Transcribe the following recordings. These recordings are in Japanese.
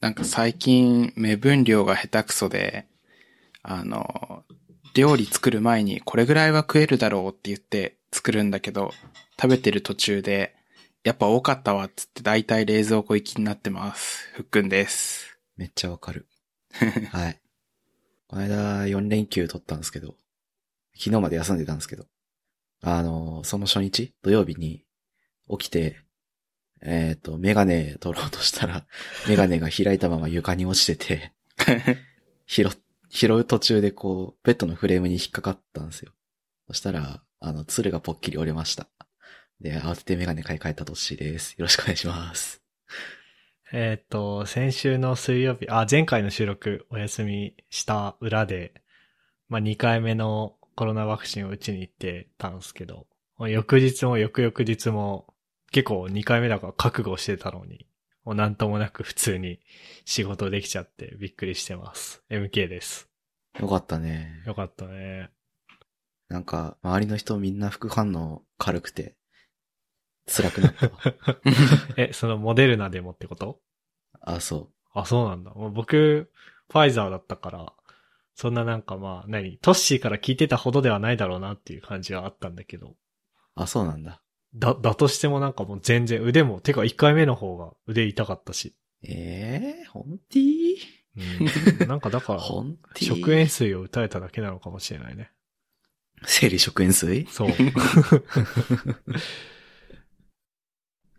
なんか最近、目分量が下手くそで、あの、料理作る前にこれぐらいは食えるだろうって言って作るんだけど、食べてる途中で、やっぱ多かったわっつって大体冷蔵庫行きになってます。ふっくんです。 めっちゃわかる。はい。この間、4連休取ったんですけど、昨日まで休んでたんですけど、あの、その初日、土曜日に起きて、えっ、と、メガネ取ろうとしたら、メガネが開いたまま床に落ちてて、拾っ、拾う途中でこう、ベッドのフレームに引っかかったんですよ。そしたら、あの、鶴がぽっきり折れました。で、慌ててメガネ買い替えたとっしーです。よろしくお願いします。えっ、と、先週の水曜日、あ、前回の収録お休みした裏で、まあ、2回目のコロナワクチンを打ちに行ってたんですけど、翌日も翌々日も、結構2回目だから覚悟してたのに、もうなんともなく普通に仕事できちゃってびっくりしてます。MK です。よかったね。よかったね。 なんか、周りの人みんな副反応軽くて、辛くな ったわ。え、そのモデルナでもってことあ、そあ、そうなんだ。もう僕、ファイザーだったから、そんななんかまあ、何、トッシーから聞いてたほどではないだろうなっていう感じはあったんだけど、う。あ、そうなんだ。だ、だとしてもなんかもう全然腕も、てか1回目の方が腕痛かったし。ええー、ほんてぃ うん、なんかだから、ほんてぃ食塩水を打たれただけなのかもしれないね。生理食塩水そう。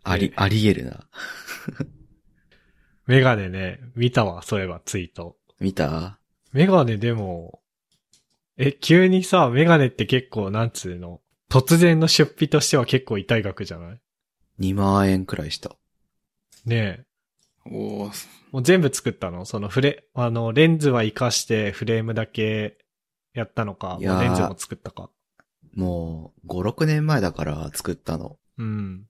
ありえ、ありえるな。メガネね、見たわ、そういえばツイート。見たメガネでも、え、急にさ、メガネって結構、なんつうの、突然の出費としては結構痛い額じゃない ?2 万円くらいした。ねえ。おー、もう全部作ったのそのフレ、あの、レンズは活かしてフレームだけやったのか、いやーもうレンズも作ったか。もう、5、6年前だから作ったの。うん。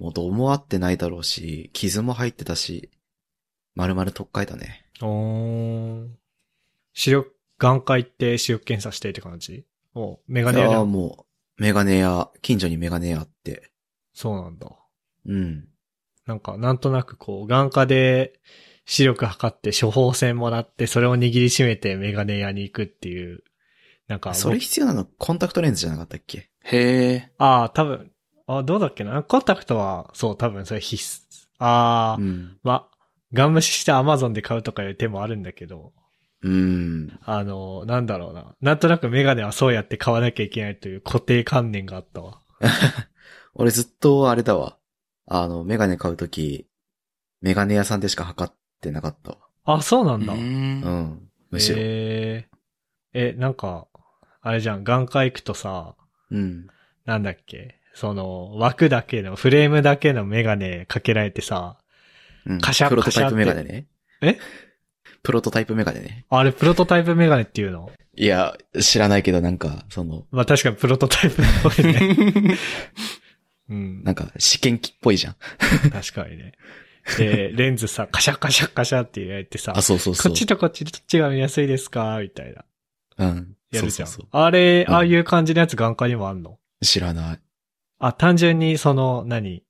もうどうも合ってないだろうし、傷も入ってたし、丸々とっかえたね。おー。視力、眼科行って視力検査してって感じもう、メガネいやー屋で。もう、メガネ屋、近所にメガネ屋あって。そうなんだ。うん。なんか、なんとなくこう、眼科で視力測って処方箋もらって、それを握りしめてメガネ屋に行くっていう、なんか、それ必要なのコンタクトレンズじゃなかったっけへえ。ああ、多分、あどうだっけなコンタクトは、そう、多分それ必須。ああ、うん。まあ、ガン無視して Amazon で買うとかいう手もあるんだけど、うん。あの、なんだろうな。なんとなくメガネはそうやって買わなきゃいけないという固定観念があったわ。俺ずっとあれだわ。あの、メガネ買うとき、メガネ屋さんでしか測ってなかったわ。あ、そうなうん。だ。うんん。むしろ。えーえ、なんか、あれじゃん、眼科行くとさ、うん。なんだっけ、その、枠だけの、フレームだけのメガネかけられてさ、うん。カシャプロトタイカシャっプメてガネね。えプロトタイプメガネね。あれプロトタイプメガネっていうのいや、知らないけどなんか、その、まあ、確かにプロトタイプっぽい ね。 うん。なんか試験機っぽいじゃん。確かにね。で、レンズさ、カシャカシャカシャってやってさ、あ、そうそうそこう。っちとこっちどっちが見やすいですかみたいな。うん。やるじゃん。そうそうそあれ、うんああいう感じのやつ眼科にもあんのう知らない。あ、単純にその、何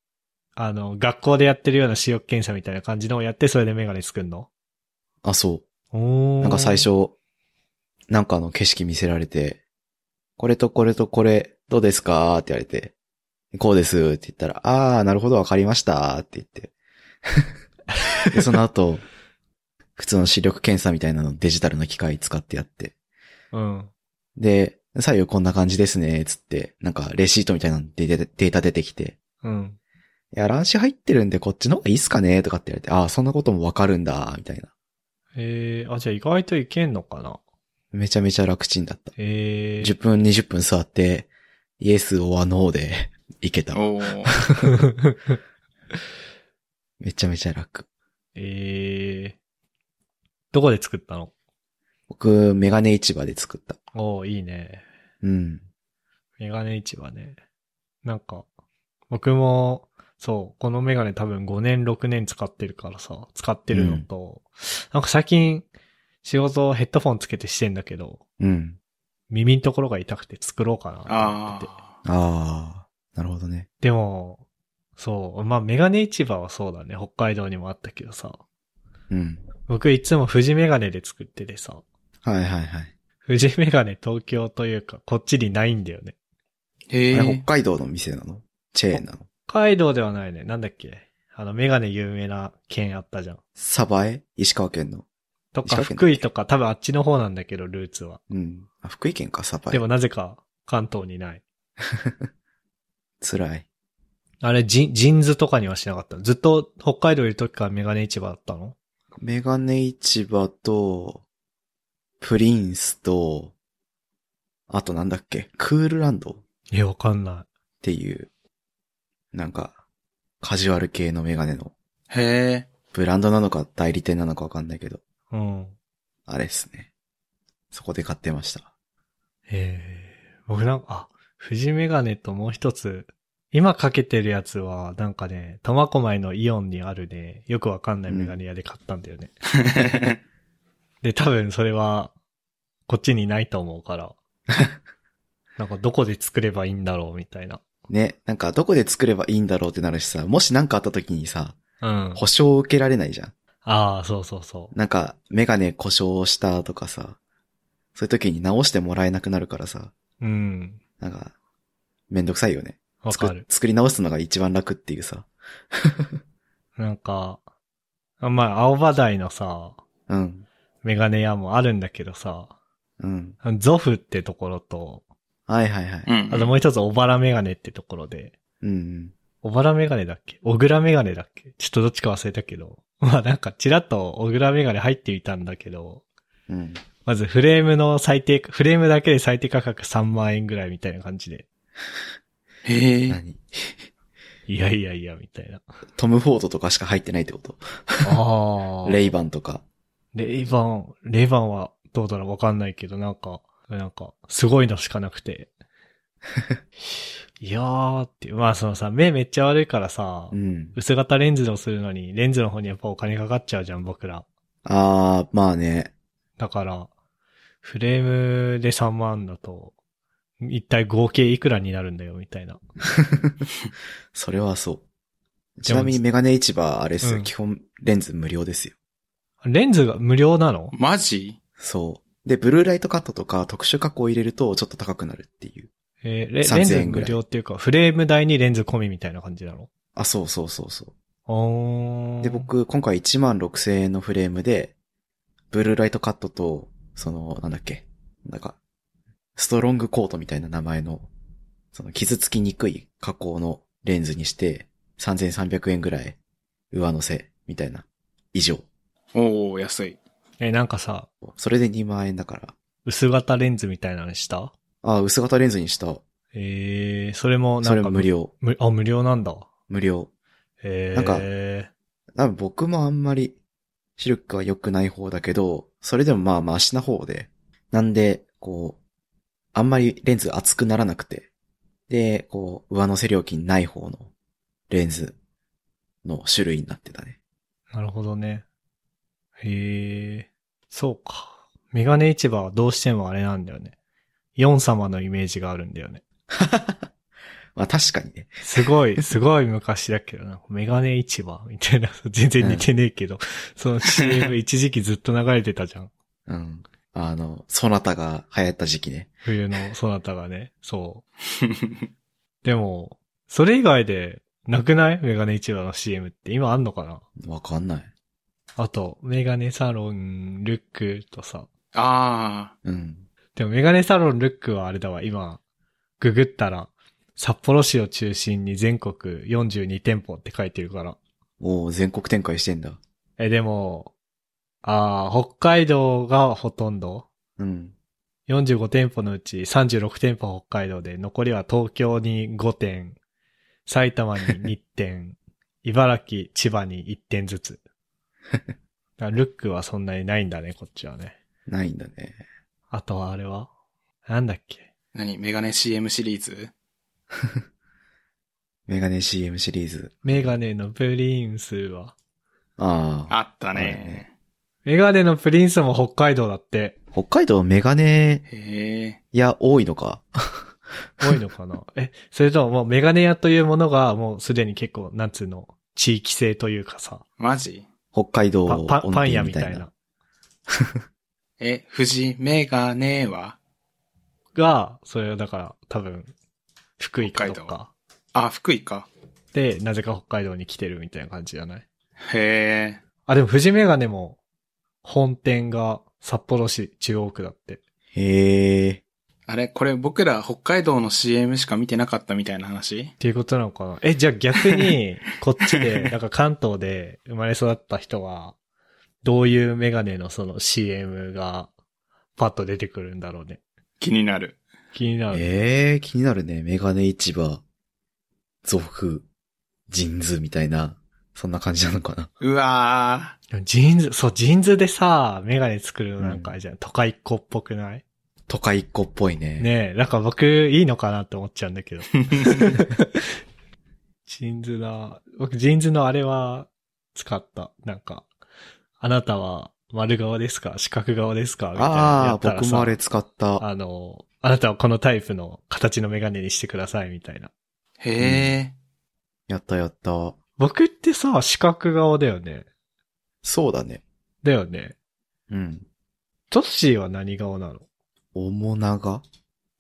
あの、学校でやってるような視力検査みたいな感じのをやって、それでメガネ作んのあ、そおう。ーなんか最。初、なんかあの景色見せられて、これとこれとこれ、どうですかって言われて、こうですって言ったら、あー、なるほど、わかりましたって言って。 でその後、普通の視力検査みたいなのデジタルの機械使ってやって。うん。で、左右こんな感じですね、つって、なんかレシートみたいなのでデデータ出てきて、うん。いや、乱視入ってるんでこっちの方がいいっすかねとかって言われて、あー、そんなこともわかるんだ、みたいな。えー、あ、じゃあ意外といけんのかなめちゃめちゃ楽ちんだった。えー10。分、20分座って、イエス、オア、ノーで、いけた。おー。めちゃめちゃ楽。 えー。どこで作ったの僕、メガネ市場で作った。おー、いいね。うん。メガネ市場ね。なんか、僕も、そう、このメガネ多分5年、6年使ってるからさ、使ってるのと、なんか最近、仕事ヘッドフォンつけてしてんだけど、うん。耳のところが痛くて作ろうかなと思あってて。あ。あー、なるほどね。でも、そう、まあメガネ市場はそうだね、北海道にもあったけどさ、うん。僕いつも富士メガネで作っててさ、はいはいはい。富士メガネ東京というか、こっちにないんだよね。へあれえ。北海道の店なのチェーンなの北海道ではないね。なんだっけあの、メガネ有名な県あったじゃん。サバエ石川県の。と石川県か、だっけ福井とか、多分あっちの方なんだけど、ルーツは。うん。あ、福井県か、サバエ。でもなぜか関東にない。辛い。あれ、ジン、ジーンズとかにはしなかったのずっと北海道いる時からメガネ市場だったのメガネ市場と、プリンスと、あとなんだっけ、クールランドっいや、わかんなていう、なんか、カジュアル系のメガネの、へえ。ブランドなのか代理店なのかわかんないけど、い。うん。あれっすね。そこで買ってました。ええ僕なんか、あ、富士メガネともう一つ、今かけてるやつは、なんかね、苫小牧のイオンにあるね、よくわかんないメガネ屋で買ったんだよね。で、多分それは、こっちにないと思う から、なんかどこで作ればいいんだろうみたいな。ね、なんかどこで作ればいいんだろうってなるしさ、もしなんかあった時にさ、うん。保証を受けられないじゃん。ああ、そうそうそう。なんか、メガネ故障したとかさ、そういう時に直してもらえなくなるからさ、うん。なんか、めんどくさいよね。わ作かる。作り直すのが一番楽っていうさ。なんか、あまあ、青葉台のさ、うん。メガネ屋もあるんだけどさ、うん。ゾフってところと、はいはいはい。うん。あともう一つ小原メガネってところで、うんうん。小原メガネだっけ小倉メガネだっけちょっとどっちか忘れたけど、 まあなんかちらっと小倉メガネ入ってみたんだけど、うん。まずフレームの最低、フレームだけで最低価格3万円ぐらいみたいな感じで、へえ。何いやいやいや、みたいな。トム・フォードとかしか入ってないってこと あレイバンとか。レイバン、レイバンはどうだろうわかんないけど、なんか、なんか、すごいのしかなくて。 いやーって、まあそのさ、目めっちゃ悪いからさ、うん。薄型レンズをするのに、レンズの方にやっぱお金かかっちゃうじゃん、僕ら。あー、まあね。だから、フレームで3万だと、一体合計いくらになるんだよ、みたいな。それはそう。でちもなみにメガネ市場、あれっすよ、うん基本レンズ無料ですよ。レンズが無料なのマジそう。で、ブルーライトカットとか特殊加工を入れるとちょっと高くなるっていう。えーレレン3000ズ円ぐ無らい料っていうか、フレーム代にレンズ込みみたいな感じなのあ、そうそうそうそおーう。で、、僕、今回1万6千円のフレームで、ブルーライトカットと、その、なんだっけ、なんか、ストロングコートみたいな名前の、その傷つきにくい加工のレンズにして、3300円ぐらい上乗せ、みたいな、以上。おお安い。 えーなんかさ、それで2万円だから。薄型レンズみたいなのしたあ、薄型レンズにした。ええそれもなんか。それ無。料。むあ、無料なんだ。無料。ええなんか多分僕もあんまり視力は良くない方だけど、それでもまあまあ足な方で、なんで、こう、あんまりレンズ厚くならなくて、で、こう、上乗せ料金ない方のレンズの種類になってたね。なるほどね。へえそうか。メガネ市場はどうしてもあれなんだよね。ヨン様のイメージがあるんだよね。まあ確かにね。すご い、すごい昔だけどな。メガネ市場みたいな、全然似てねえけど、その CM 一時期ずっと流れてたじゃん。うん。あの、そなたが流行った時期ね。冬のそなたがね。そう。でも、それ以外で、なくないメガネ市場の CM って今あんのかなわかんない。あと、メガネサロン、ルックとさ。あうん。でもメガネサロン、ルックはあれだわ、今、ググったら、札幌市を中心に全国42店舗って書いてるから。おー全国展開してんだ。え、でも、あー北海道がほとんど。うん。 45店舗のうち36店舗北海道で、残りは東京に5店、埼玉に2店、茨城、千葉に1店ずつ。だからルックはそんなにないんだね、こっちはね。ないんだね。あとはあれはなんだっけあ。何メガネ CM シリーズメガネ CM シリーズ。メガネのプリンスは。ああ。あったね。メガネのプリンスも北海道だって。北海道メガネへえ。屋多いのか多いのか なえ、それとももうメガネ屋というものがもうすでに結構、なんつうの、地域性というかさ、マジ北海道パパ音パン程屋みみたたいいなな。。え、富士メガネはが、それをだから多分、福井かどっ北かあ、福井か。で、なぜか北海道に来てるみたいな感じじゃないへえ。あ、でも富士メガネも、本店が札幌市中央区だって。へえ。あれ、これ僕ら北海道の CM しか見てなかったみたいな話っていうことなのかなえ、じゃあ逆 に、こっちで、なんか関東で生まれ育った人は、どういうメガネのその CM が、パッと出てくるんだろうね。気になる。気になる。ええ気になるね。メガネ市場、増幅、ジーンズみたいな、そんな感じなのかな。うわでもジーンズ、そう、ジーンズでさ、メガネ作るのなんかあれじゃん、都会っ子っぽくない都会っ子っぽいね。ねえ、なんか僕いいのかなって思っちゃうん だけど。ー。ジーンズだ。僕、ジーンズのあれは使った。なんか、あなたは丸顔ですか四角顔ですかみたいなのやああっ、たらさ。僕もあれ使った。あの、あなたはこのタイプの形のメガネにしてくださいみたいな。へえ。やったやった。僕ってさ、四角顔だよね。そうだね。だよね。うん。トッシーは何顔なのおもなが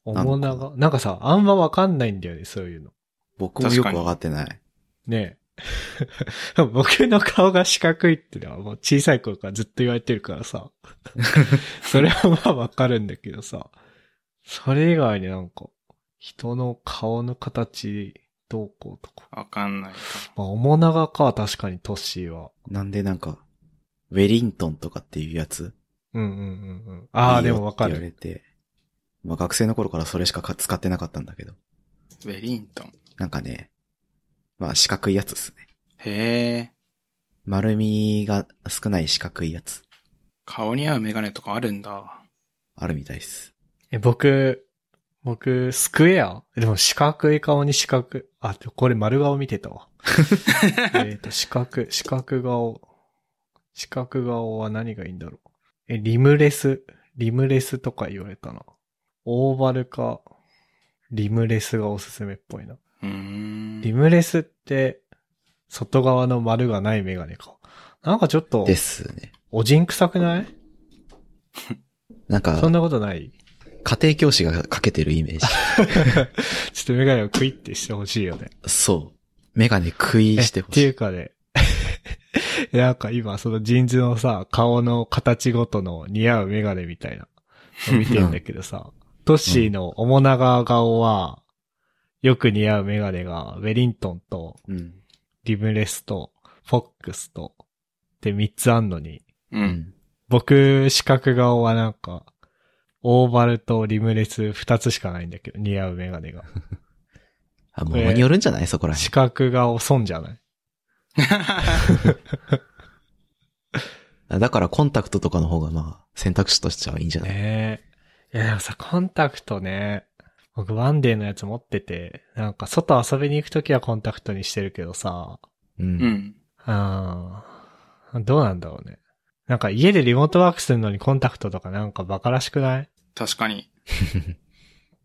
おのもなが。なんかさ、あんまわかんないんだよね、そういうの。僕もよくわかってない。ね え。僕の顔が四角いってのはもう小さい頃からずっと言われてるから さ。それはまあわかるんだけどさ。それ以外になんか、人の顔の形、どうこうとか。わかんないか。まあ、おもながか、確かにトッシーは。なんでなんか、ウェリントンとかっていうやつうんうんうんうん。ああ、いいでよもわかって言われる。て。まあ学生の頃からそれしかか使ってなかったんだけど。ウェリントン。なんかね、まあ四角いやつっすね。へえ。丸みが少ない四角いやつ。顔に合うメガネとかあるんだ。あるみたいです。え、僕、僕、スクエアでも四角い顔に四角、あ、これ丸顔見て たわ。えっと、四角、四角顔。四角顔は何がいいんだろう。え、リムレス、リムレスとか言われたな。オーバルか、リムレスがおすすめっぽいな。うーん。リムレスって、外側の丸がないメガネか。なんかちょっとで、すね。おじんくさくないなんかそん、なことない家庭教師がかけてるイメージ。ちょっとメガネをクイってしてほしいよね。そう。メガネ食いしてえほってしいい。うかね。 なんか今、そのジーンズのさ、顔の形ごとの似合うメガネみたいなの見てんだけどさ、トッシーのおもなが顔は、よく似合うメガネが、ウェリントンと、うん。リムレスと、フォックスと、で3つあんのに、う。うんん。僕、四角顔はなんか、オーバルとリムレス2つしかないんだけど、似合うメガネが。あ、もこれのによるんじゃないそこら四辺。角顔損じゃないあだからコンタクトとかの方がまあ、選択肢としてはいいんじゃない、ねえ。いや、でもさ、コンタクトね。僕、ワンデーのやつ持ってて、なんか、外遊びに行くときはコンタクトにしてるけどさ、う。うんん。うん。どうなんだろうね。なんか、家でリモートワークするのにコンタクトとかなんかバカらしくない確か に。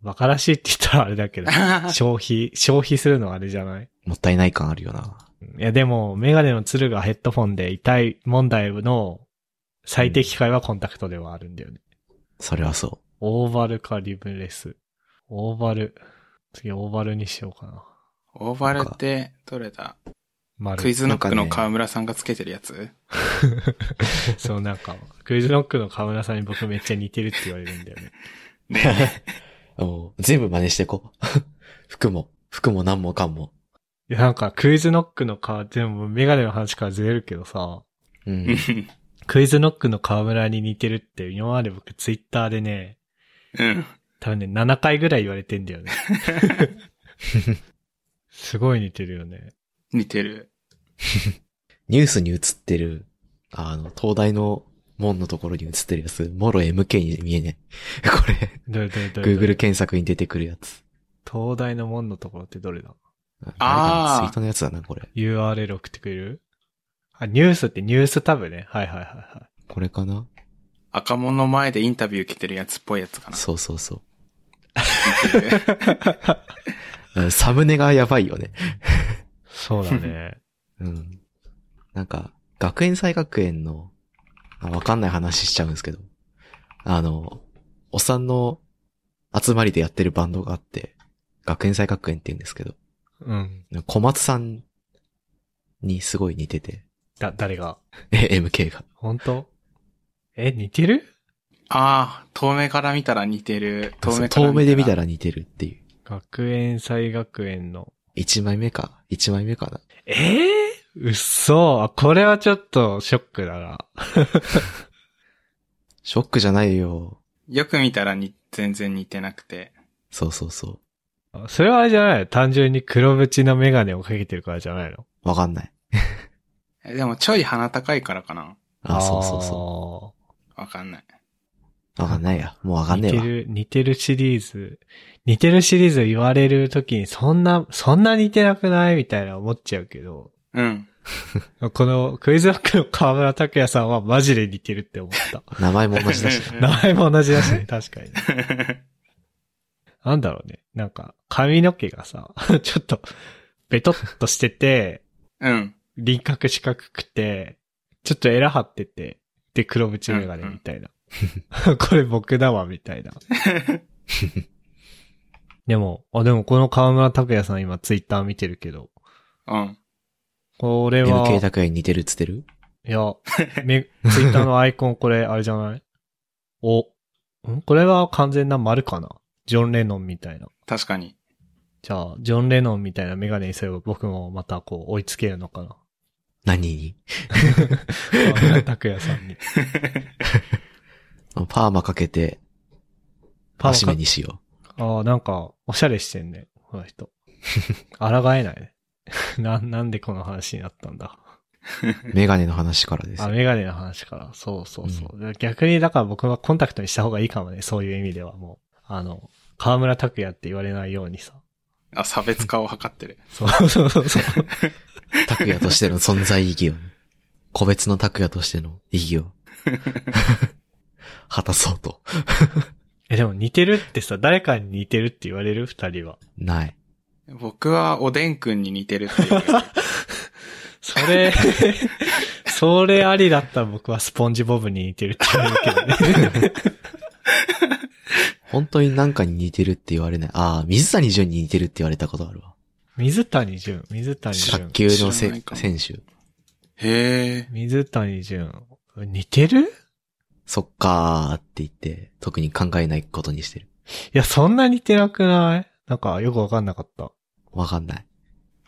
バカらしいって言ったらあれ だけど、消費、消費するのはあれじゃないもったいない感あるよな。いや、でも、メガネのツルがヘッドフォンで痛い問題の最適解はコンタクトではあるんだよね。それはそオーバルかリブレス。オーバル。次、オーバルにしようかな。オーバルって、どれだ丸。クイズノックの河村さんがつけてるや つそう、なんか、クイズノックの河村さんに僕めっちゃ似てるって言われるんだよね。ねう。おう全部真似してこう。 服も、服も何もかんも。いや、なんか、クイズノックの河、でもメガネの話からずれるけどさ、う。うんん。クイズノックの河村に似てるって、今まで僕ツイッターでね、うん。多分ね、7回ぐらい言われてんだ よね。すごい似てるよね。似てる。ニュースに映ってる、あの、東大の門のところに映ってるやつ、もろ MK に見えねえ。 これ、どれどれどれどれ Google 検索に出てくるやつ。東大の門のところってどれだあー誰かのツイートのやつだな、これ。 URL 送ってくれるあ、ニュースってニュースタブね。はいはいはいはこれかな赤門の前でインタビュー受けてるやつっぽいやつかな。そうそうそう似てる うん。サムネがやばいよね。い。そうだね。うん。なんか、学園祭学園の、あわかんない話しちゃうんですけど、あの、おっさんの集まりでやってるバンドがあって、学園祭学園って言うんですけど、 うん。小松さんにすごい似てて、だ、誰がえ MK が。本当え、似てるああ、遠目から見たら似てる。遠目から遠目で見たら。ら似てるっていう。学園祭学園の。一枚目か。一枚目かな。えー、うっそあこれはちょっとショックだな。ショックじゃないよ。よく見たらに全然似てなくて。そうそうそそれはあれじゃない単純に黒縁のメガネをかけてるからじゃないのう。わかんない。えでもちょい鼻高いからかなあ、そうそうそわかんない。う。わかんないや。もうわあかーん似ねえてわ。る、似てるシリーズ。似てるシリーズ言われるときに、そんな、そんな似てなくないみたいな思っちゃうけど、うん。このクイズロックの河村拓也さんはマジで似てるって思った。名前も同じだし。名前も同じだしね、確かに。なんだろうね。なんか、髪の毛がさ、 ちょっと、ベトっとしてて、 うん。輪郭四角くて、ちょっとエラ張ってて、で、黒縁メガネみたいな。 これ僕だわ、みたいな。でも、あ、でもこの河村拓也さん今ツイッター見てるけど、うん。これは、 MK 拓也に似てるっつってるいや、め、ツイッターのアイコンこれ、あれじゃないお、んこれは完全な丸かなジョン・レノンみたいな。確かに。じゃあ、ジョン・レノンみたいなメガネにすれば僕もまたこう追いつける のかな。何に河村拓也さんに。パーマかけて、パーマか足目にしよああ、なんか、おしゃれしてんね。この 人。抗えないね。 な、なんでこの話になったんだ。う。メガネの話からですあ、よ。メガネの話から。そうそうそう。逆に、だから僕はコンタクトにした方がいいかもね。そういう意味ではもう。あの、河村拓也って言われないようにさ。あ、差別化を図ってる。そうそうそうそう。拓也としての存在意義をね、個別の拓也としての意義を。 果たそうと。え、でも似てるってさ、誰かに似てるって言われる二人は。ない。僕はおでんくんに似てるって いう。そ れ、それありだったら僕はスポンジボブに似てるって言われるけどね。本当になんかに似てるって言われない。ああ、水谷純に似てるって言われたことあるわ。水谷純、水谷純卓。球の知せらないかも選手。へえ。水谷純。似てるそっかーって言って、特に考えないことにしてる。いや、そんな似てなくないなんか、よくわかんなかった。わかんない。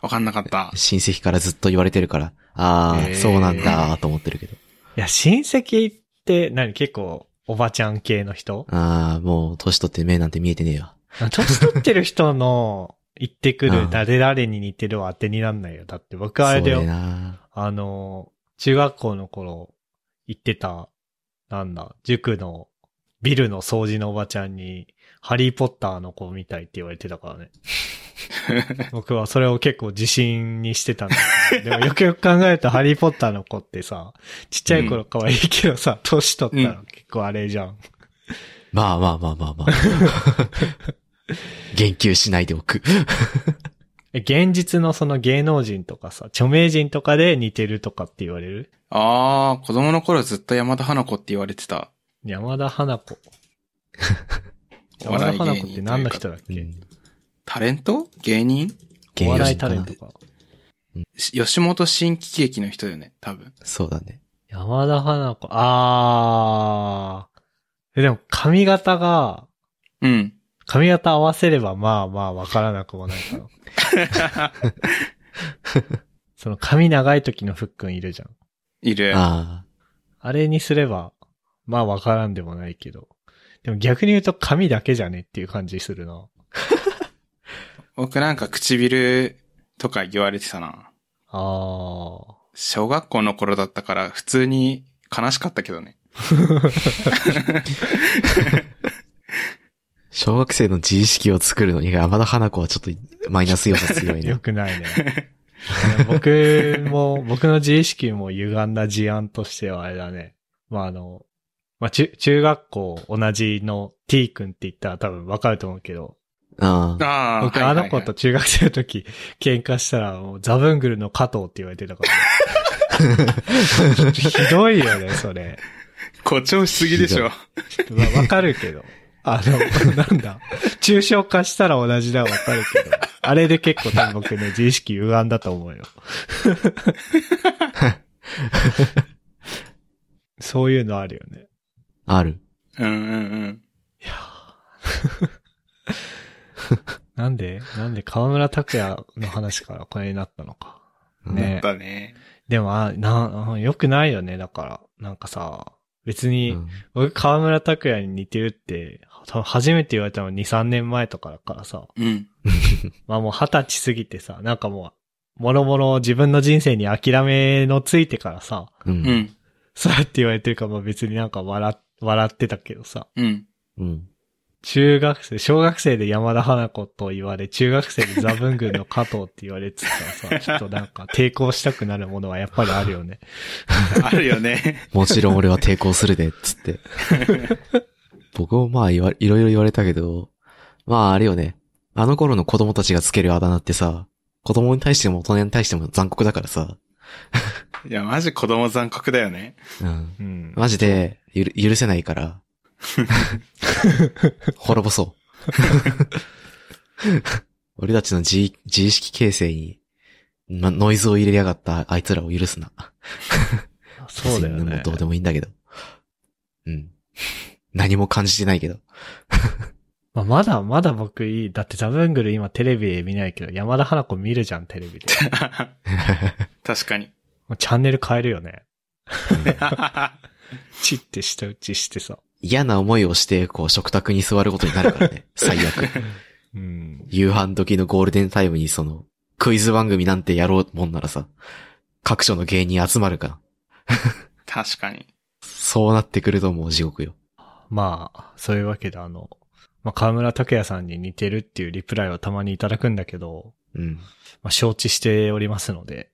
わかんなかった。親戚からずっと言われてるから、ああ、へーそうなんだーと思ってるけど。いや、親戚って何、結構、おばちゃん系の人ああ、もう年取って目なんて見えてねえわ。年取ってる人の言ってくる誰々に似てるは当てになんないよ。だって僕あれだそうよ。なあの、中学校の頃、行ってた、なんだ、塾の、ビルの掃除のおばちゃんに、ハリーポッターの子みたいって言われてたか らね。僕はそれを結構自信にしてたんだけど。でもよくよく考えるとハリーポッターの子ってさ、ちっちゃい頃可愛いけどさ、年取ったら結構あれじゃん。まあまあまあま あまあ。言及しないでおく。現実のその芸能人とかさ、著名人とかで似てるとかって言われるああ、子供の頃ずっと山田花子って言われてた。山田花子。 お山田笑い芸人花子って何の人だっうけんタレント芸人お笑いタかレなントか。し吉本新喜劇の人だよね、多分。そうだね。山田花子、あー。えでも髪型が、うん。髪型合わせればまあまあわからなくもないか な。その髪長い時のふっくんいるじゃん。いる。ああれにすれば、まあわからんでもないけど。でも逆に言うと髪だけじゃねっていう感じするな。僕なんか唇とか言われてたな。あー。小学校の頃だったから普通に悲しかったけどね。あ。小学生の自意識を作るのに山田花子はちょっとマイナス要素強い良 ね。くないね。あの僕も、僕の自意識も歪んだ事案としてはあれだね。まあ、あの、まあ、中、中学校同じの t 君って言ったら多分わかると思うけど、ああ。ああ。僕はいあはいはいの子と中学生の時喧嘩したらもうザブングルの加藤って言われてたから、ひどいよね、それ。誇張しすぎでしょ。ま あわかるけど。あの、 なんだ。抽象化したら同じだわかるけど。あれで結構多分僕ね、自意識歪んだと思 うよ。そういうのあるよね。ある。うんうんいやーなんでなんで河村拓也の話からこれになったのか。うんうねん。だね。でも、あ、な、良くないよね。だから、なんかさ、別に、うん僕河村拓也に似てるって、多分初めて言われたの2、3年前とかだからさ、うん。まあもう二十歳過ぎてさ、なんかもう、もろもろ自分の人生に諦めのついてからさ、う。うんん。そうやって言われてるから、まあ別になんか笑っ、笑ってたけどさ、うん。うん。中学生、小学生で山田花子と言われ、中学生でザブングルの加藤って言われてた らさ、ちょっとなんか抵抗したくなるものはやっぱりあるよね。あるよね。もちろん俺は抵抗するで、っつ って。僕もまあ言わ、いろいろ言われたけど、まああれよね。あの頃の子供たちがつけるあだ名ってさ、子供に対しても大人に対しても残酷だからさ、いや、マジ子供残酷だよね。 うん。うん。マジで、ゆる、許せない から。滅ぼそう。 俺たちの自意、自意識形成に、ま、ノイズを入れやがったあいつらを許すな。そうだよ別にもねう。どうでもいいんだけど。うん。何も感じてないけど。まあ、まだまだ僕いい。だってザブングル今テレビで見ないけど、山田花子見るじゃん、テレビで。確かに。 もうチャンネル変えるよね。チって下打ちしてさ。 嫌な思いをして、こう、食卓に座ることになるからね。最悪。うん。夕飯時のゴールデンタイムにその、クイズ番組なんてやろうもんならさ、各所の芸人集まるから。確かに。 そうなってくるともう地獄よ。まあ、そういうわけであの、まあ、河村拓也さんに似てるっていうリプライをたまにいただくんだけど、うん。まあ、承知しておりますので、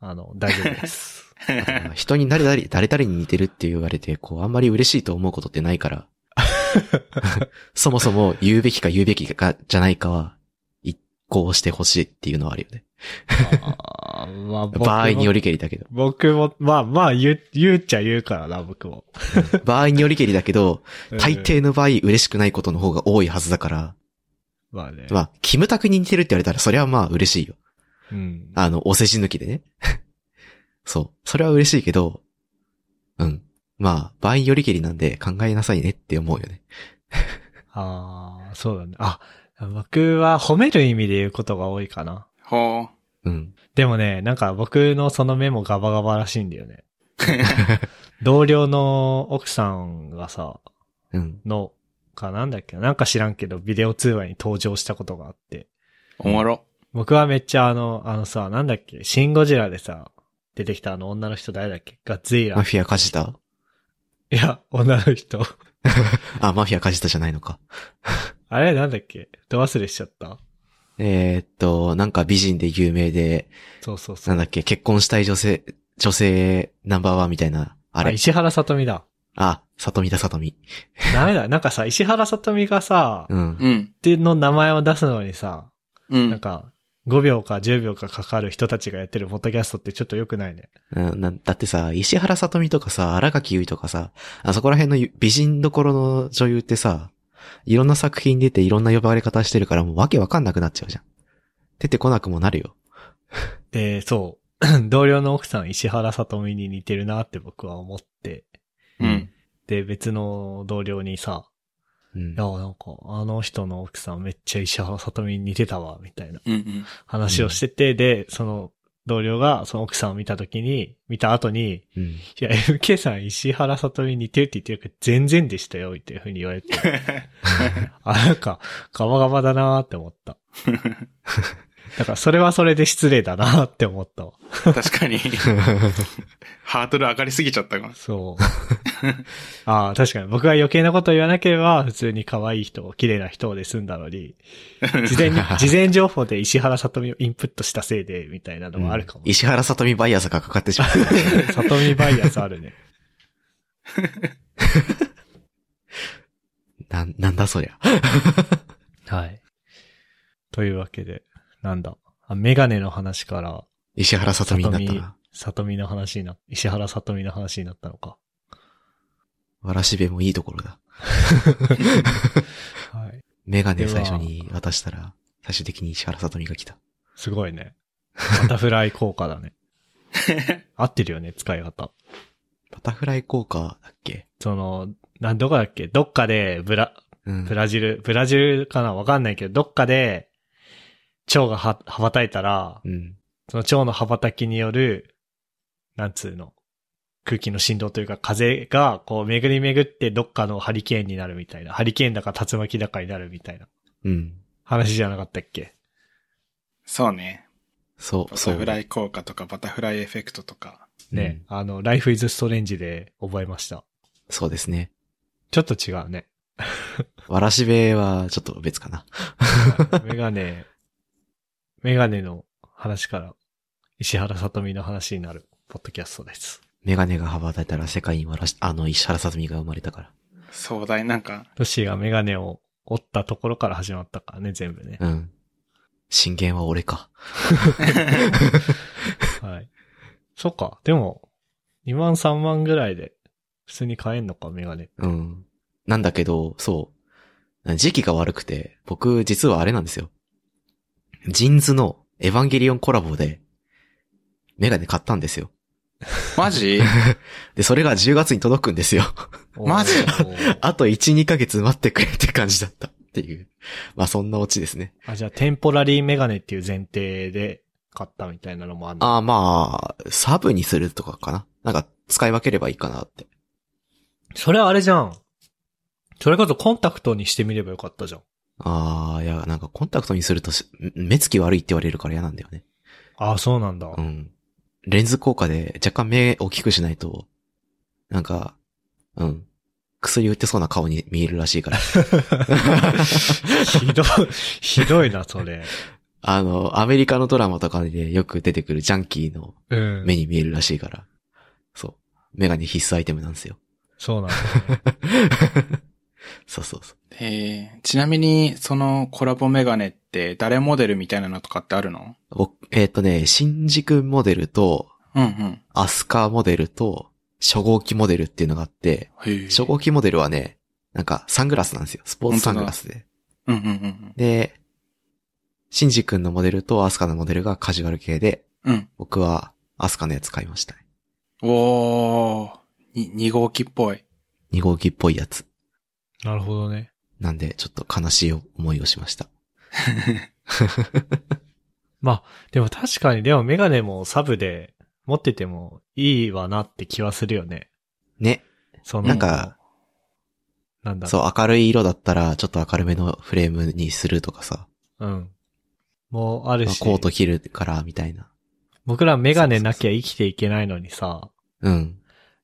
あの、大丈 夫です。まあ人に誰々、誰々に似てるって言われて、こう、あんまり嬉しいと思うことってないから。そもそも言うべきか言うべきかじゃないかは、一行してほしいっていうのはあるよね。あー まあ、僕も場合によりけりだけど。僕も、まあまあ言う、言うっちゃ言うからな、僕も。場合によりけりだけど、大うん抵の場合嬉しくないことの方が多いはずだから、まあね。まあ、キムタクに似てるって言われたら、それはまあ嬉しいよ。うん。あの、お世辞抜きでね。 そう。それは嬉しいけど、うん。まあ、場合によりけりなんで考えなさいねって思うよね。ああ、そうだね。あ、僕は褒める意味で言うことが多いかな。ほうん。でもね、なんか僕のそのメモガバガバらしいんだ よね。同僚の奥さんがさ、うん。の、かなんだっけな、なんか知らんけど、ビデオ通話に登場したことがあって。う。おもろ。僕はめっちゃあの、あのさ、なんだっけ、シンゴジラでさ、出てきたあの女の人誰だっけガッツイラマ。フィアカジタいや、女の人。 あ、マフィアカジタじゃないのか。あれなんだっけど忘れしちゃったえーっと、なんか美人で有名で、そうそうそなう。んだっけ、結婚したい女性、女性ナンバーワンみたいな、ああれ。石原さとみだ。あ、里見だ里見。ダメだ。なんかさ、石原さとみがさ、っうん。うん。ての名前を出すのにさ、うなんん。か、5秒か10秒かかかる人たちがやってるポッドキャストってちょっと良くないね。うんなだってさ、石原さとみとかさ、荒垣結衣とかさ、あそこら辺の美人どころの女優ってさ、いろんな作品出ていろんな呼ばれ方してるからもうわけわかんなくなっちゃうじゃん。出てこなくもなるよ。で、そう。 同僚の奥さん石原さとみに似てるなって僕は思って。うん。で、別の同僚にさ、うんいや、。なんか、あの人の奥さんめっちゃ石原さとみに似てたわ、みたいなうんうん。 話をしてて、で、その同僚がその奥さんを見た時に、見た後に、うん。いや、MK さん石原さとみに似てるって言ってるけど、全然でしたよ、っていうふうに言われて。あ、なんか、ガバガバだなーって思った。だから、それはそれで失礼だなーって思ったわ。確かに。ハードル上がりすぎちゃったかも。そう。ああ、確かに。僕が余計なこと言わなければ、普通に可愛い人、綺麗な人で済んだのに、事前に、事前情報で石原さとみをインプットしたせいで、みたいなのもあるかも。石原さとみバイアスがかかってしまう。 さとみバイアスあるね。なん、なんだそりゃ。 はい。というわけで、なんだ。あメガネの話から、石原さとみになったさとみな。里見の話にな、石原里見の話になったのか。わらしべもいいところだ。はい。メガネをでは最初に渡したら、最終的に石原さとみが来た。すごいね。バタフライ効果 だね。合ってるよね、使い方。バタフライ効果だっけその、なん、どこだっけどっかで、ブラ、うん。ブラジル、ブラジルかなわかんないけど、どっかで、蝶がは、羽ばたいたら、うん。その蝶の羽ばたきによる、なんつうの、空気の振動というか風が、こう、巡り巡ってどっかのハリケーンになるみたいな。ハリケーンだか竜巻だかになるみたいなうん。話じゃなかったっけそうね。そバう、そタう。フライ効果とかバタフライエフェクトとか。ね、あの、Life is Strange で覚えました。そうですね。ちょっと違うね。わらしべはちょっと別かな。 メガネ、メガネの話から、石原さとみの話になる、ポッドキャストです。メガネが羽ばたいたら世界にわらし、あの、石原さとみが生まれたから。壮大なんか、ロシーがメガネを折ったところから始まったからね、全部ね。うん。信玄は俺か。はい。そっか、でも、2万3万ぐらいで、普通に買えんのか、メガネ。うん。なんだけど、そう。時期が悪くて、僕実はあれなんですよ。ジンズのエヴァンゲリオンコラボで、メガネ買ったんですよ。マジで、それが10月に届くんですよ。 マジおーあと1、2ヶ月待ってくれって感じだったっていう。まあそんなオチですね。あ、じゃあ、テンポラリーメガネっていう前提で買ったみたいなのもあるのああまあ、サブにするとかかな。なんか使い分ければいいかなって。それはあれじゃん。それこそコンタクトにしてみればよかったじゃん。ああ、いや、なんかコンタクトにするとし目つき悪いって言われるから嫌なんだよね。ああ、そ うなんだ。うん。レンズ効果で若干目大きくしないと、なんか、うん。薬売ってそうな顔に見えるらしい から。ひどい、ひどいな、それ。あの、アメリカのドラマとかでよく出てくるジャンキーのうん。目に見えるらしいから。そう。メガネ必須アイテムなん ですよ。そうなんだ。そうそうそう。えー、ちなみに、そのコラボメガネって誰モデルみたいなのとかってあるの僕えっ、とね、新宿モデルと、うんうん。アスカーモデルと、初号機モデルっていうのがあって、へー初号機モデルはね、なんかサングラスなんですよ。スポーツサングラスで。うんうんうんで、シンジ君のモデルとアスカのモデルがカジュアル系で、うん。うん。僕はアスカのやつ買いましたね。おー、に、二号機っぽい。 2号機っぽいやつ。なるほどね。なんで、ちょっと悲しい思いをしました。まあ、でも確かに、でもメガネもサブで持っててもいいわなって気はするよね。ね。その、なんか、なんだろそう、明るい色だったら、ちょっと明るめのフレームにするとかさ、う。うん。もうあるまあし、コート着るから、みたいな。僕らメガネなきゃ生きていけないのにさ、うん。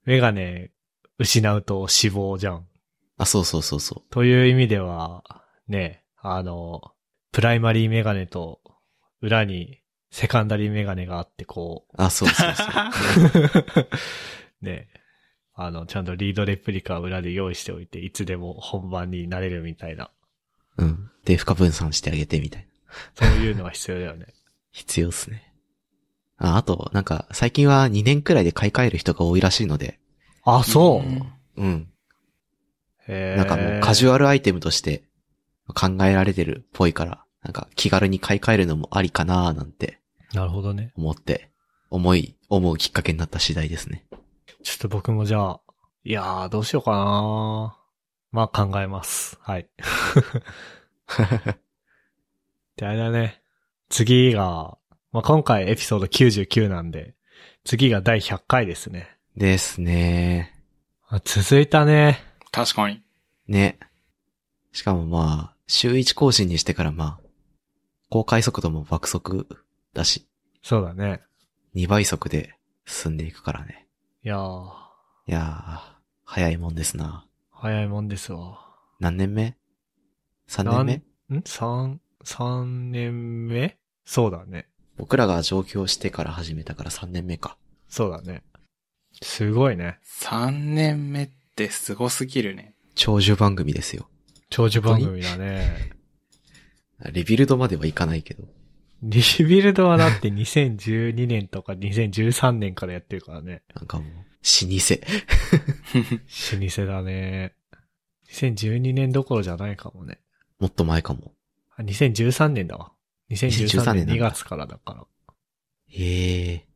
メガネ失うと死亡じゃん。あ、そうそうそうそう。という意味では、ね、あの、プライマリーメガネと裏にセカンダリーメガネがあって、こ あ、そうそう そう。う、ね、あの、ちゃんとリードレプリカを裏で用意しておいて、いつでも本番になれるみたいな、うん。で、負荷分散してあげて、みたいな。そういうのは必要だよね。必要っすね。あ、あと、なんか、最近は2年くらいで買い替える人が多いらしいので、あ、そんう、うん。へーなんかもうカジュアルアイテムとして考えられてるっぽいから、なんか気軽に買い替えるのもありかなーなんてなるほどね。思って、思い、思うきっかけになった次第です ね。ちょっと僕もじゃあ、いやー、どうしようかなまあ考えます。はい。で、あれだね。次が、まあ今回エピソード99なんで、次が第100回ですね。ですねあ続いたね。確かに。ー。ね。しかもまあ、週1更新にしてからまあ、公開速度も爆速だし、そうだね。 2倍速で進んでいくからね。いやー、いやー、早いもんですな。早いもんですわ。何年目 ?3 な年ん目ん ?3、三年目そうだね。僕らが上京してから始めたから3年目か。そうだね。すごいね。 3年目ってすごすぎるね。長寿番組ですよ。長寿番組だね。リビルドまではいかないけど。リビルドはだって2012年とか2013年からやってるからね。なんかもう、老舗。老舗だね。2012年どころじゃないかもね。もっと前かも。あ、2013年だわ。2013年2月からだから。へえ。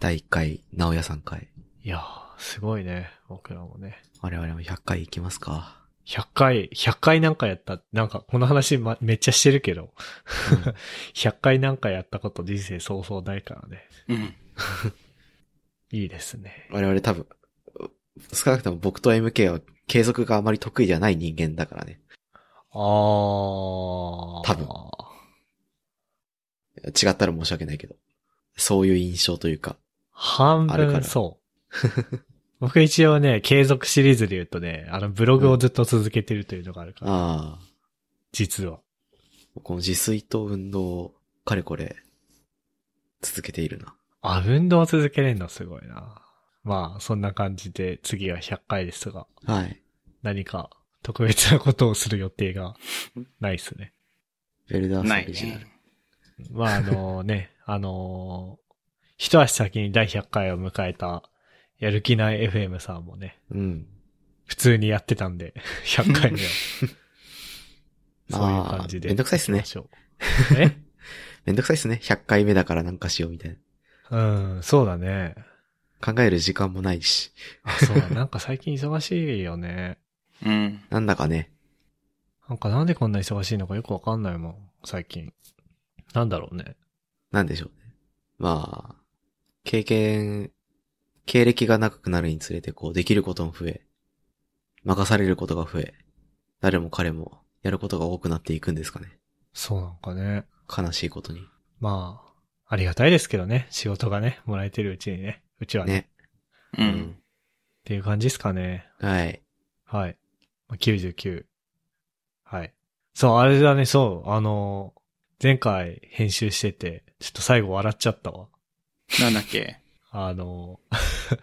第1回、直屋さん会。いやー、すごいね。僕らもね。我々も100回行きますか。 100回、100回なんかやった、なんかこの話、ま、めっちゃしてるけど、100回 なんかやったこと人生そうそうないからね。うん。いいですね。我々多分、少なくとも僕と MK は継続があまり得意じゃない人間だからね。あー。多分違ったら申し訳ないけど。そういう印象というか。半あるから分そう。 僕一応ね、継続シリーズで言うとね、あのブログをずっと続けてるというのがあるから、ああ。実は。この自炊と運動を、かれこれ、続けているな。あ、運動を続けれるのすごいな。まあ、そんな感じで次が100回ですが、はい。何か特別なことをする予定 がないですね。ベルダースなオいリジナル。ね。まあ、あのね、あの一足先に第100回を迎えた、やる気ない FM さんもね、うん。普通にやってたんで、100回目 は。そういう感じで。まあめんどくさいっすね行きましょう。えめんどくさいっすね。100回目だからなんかしようみたいな。うん、そうだね。考える時間もないし。あ、そうだ。なんか最近忙しいよね。うん。なんだかね。なんかなんでこんな忙しいのかよくわかんないもん、最近。なんだろうね。なんでしょうね。まあ、経験、経歴が長くなるにつれて、こう、できることも増え、任されることが増え、誰も彼もやることが多くなっていくんですかね。そうなんかね。悲しいことに。まあ、ありがたいですけどね。仕事がね、もらえてるうちにね。うちはね。ね。う。。うんっていう感じですかね。はい。はい。まあ99。はい。そう、あれだね、そう。あのー前回編集してて、ちょっと最後笑っちゃったわ。なんだっけあの、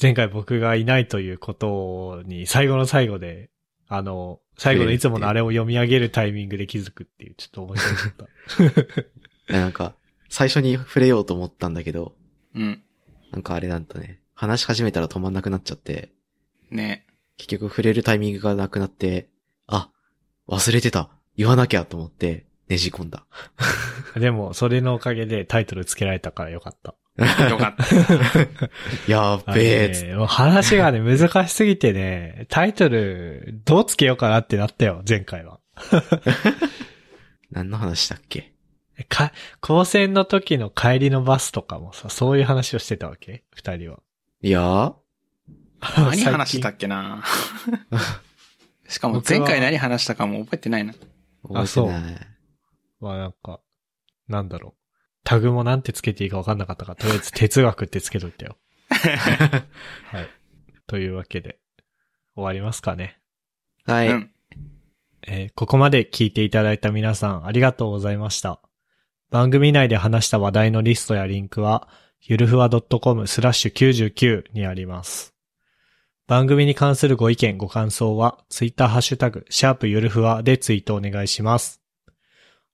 前回僕がいないということに最後の最後で、あの、最後のいつものあれを読み上げるタイミングで気づくっていう、ちょっと面白かっいやなんか、最初に触れようと思ったんだけど、うん。なんかあれなんだね。話し始めたら止まんなくなっちゃって、ね。結局触れるタイミングがなくなって、あ、忘れてた。言わなきゃと思って、ねじ込 んだ。た。でも、それのおかげでタイトルつけられたからよかった。よかった。やっあべれえ、つってねもう話がね、難しすぎてね、タイトル、どうつけようかなってなったよ、前回は。何の話したっけか、高専の時の帰りのバスとかもさ、そういう話をしてたわけ二人は。いやー、何最話し近たっけなしかも前回何話したかも覚えてないな。あ覚えてない。まあなんか、なんだろう。タグもなんてつけていいか分かんなかったから、とりあえず哲学ってつけといたよ。はい。というわけで、終わりますかね。はうい。ん。えーここまで聞いていただいた皆さんありがとうございました。番組内で話した話題のリストやリンクは、ゆるふわ .com スラッシュ99にあります。番組に関するご意見、ご感想は、ツイッターハッシュタグ、シャープゆるふわでツイートお願いします。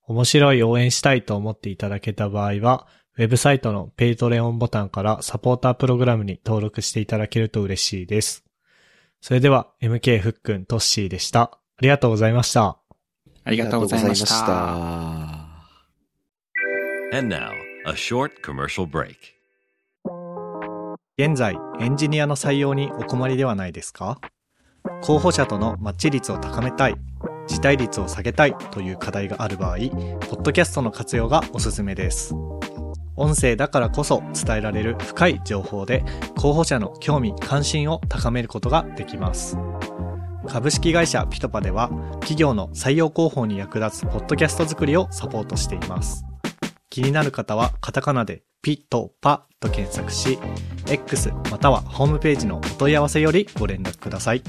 面白い応援したいと思っていただけた場合は、ウェブサイトのペイトレオンボタンからサポータープログラムに登録していただけると嬉しいです。それでは、MK ふっくん、トッシーでした。ありがとうございました。ありがとうございましありがとうごた。ざいました And now, a short commercial break. 現在エンジニアの採用にお困りではないですか候補者とのマッチ率を高めたい辞退率を下げたいという課題がある場合ポッドキャストの活用がおすすめです音声だからこそ伝えられる深い情報で候補者の興味関心を高めることができます株式会社ピトパでは企業の採用広報に役立つポッドキャスト作りをサポートしています気になる方はカタカナでピトパと検索し X またはホームページのお問い合わせよりご連絡ください。